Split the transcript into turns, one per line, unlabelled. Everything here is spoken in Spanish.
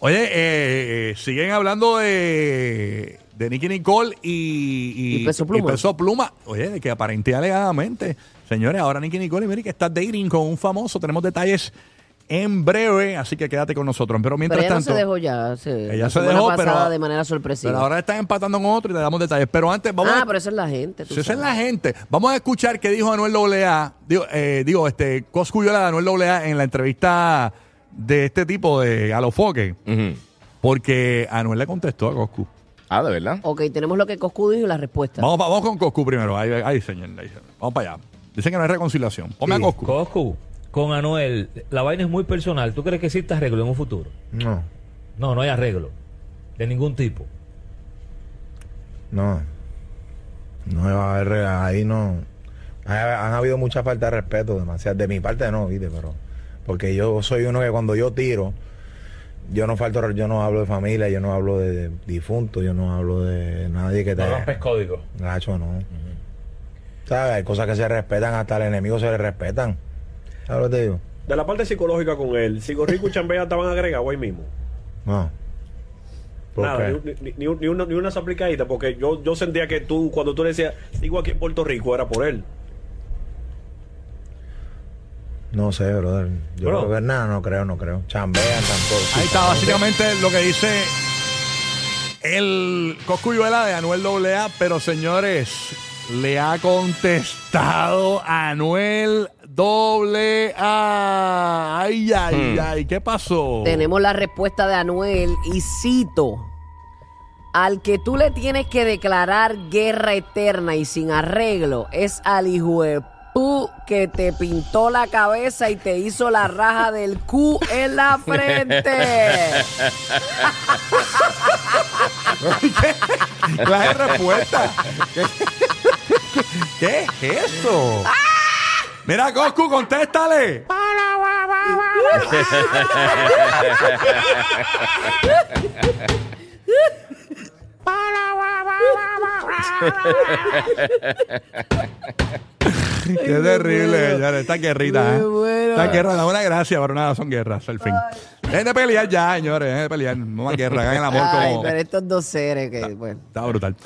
Oye, eh, siguen hablando de, de Nicky Nicole y,
Y Peso Pluma.
Peso Pluma. Oye, de que aparentemente alegadamente, señores, ahora Nicky Nicole y Mary que está dating con un famoso. Tenemos detalles en breve, así que quédate con nosotros. Pero
Pero
mientras
ella no
tanto,
se dejó ya. Se,
Ella
la
se
semana
dejó,
pasada
pero-
de manera sorpresiva.
pero ahora están empatando con otro y le damos detalles. Pero antes, vamos
ah,
a...
pero esa es la gente. tú
Si esa es
sabes.
la gente. Vamos a escuchar qué dijo Anuel AA, digo, eh, digo este, Coscuyola de Anuel AA en la entrevista de este tipo de Galofoque,
Ujú.
porque Anuel le contestó a Coscu.
Ah, de verdad.
Ok, tenemos lo que Coscu dijo y la respuesta.
Vamos, pa- vamos con Coscu primero. Ahí, ahí, señor. ahí, señor. Vamos para allá. Dicen que no hay reconciliación. Ponme a Coscu.
Coscu, con Anuel, la vaina es muy personal. ¿Tú crees que existe arreglo en un futuro?
No,
No, no hay arreglo. De ningún tipo.
no. No va a haber, ahí no. Ha- Han habido mucha falta de respeto, demasiado. De mi parte no, viste, pero. Porque yo soy uno que cuando yo tiro, yo no falto, yo no hablo de familia, yo no hablo de, difuntos, difunto, yo no hablo de nadie que te.
código.
Gacho, no. ¿Sabes? Hay cosas que se respetan, hasta al enemigo se le respetan. ¿Sabes lo que te digo?
De la parte psicológica con él, si Gorrico y Chambea estaban agregados ahí mismo.
No. ¿Por
Nada,
qué?
ni, ni- ni un- ni una, ni una saplicadita, porque yo, yo sentía que tú, cuando tú le decías, sigo aquí en Puerto Rico, era por él.
No sé, brother. Yo
Bro.
creo que- no, no creo, no creo. Chambean tampoco.
Ahí está, básicamente lo que dice el Coscuyuela de Anuel AA, pero señores, le ha contestado Anuel AA. Ay, ay, ay, ¿qué pasó?
Tenemos la respuesta de Anuel y cito. Al que tú le tienes que declarar guerra eterna y sin arreglo es al hijo de pu que te pintó la cabeza y te hizo la raja del Q en la frente.
¿Cuál es la respuesta? ¿Qué, qué es eso? Mira, Coscu, contéstale. Qué terrible, señores. Esta guerrita, ¿eh?
Me muero.
Esta guerra da una gracia, pero nada, son guerras, al fin. Dejen de pelear ya, señores. Dejen de pelear. No más guerra, hagan el amor
Ay,
como.
pero estos dos seres que, bueno.
Está brutal.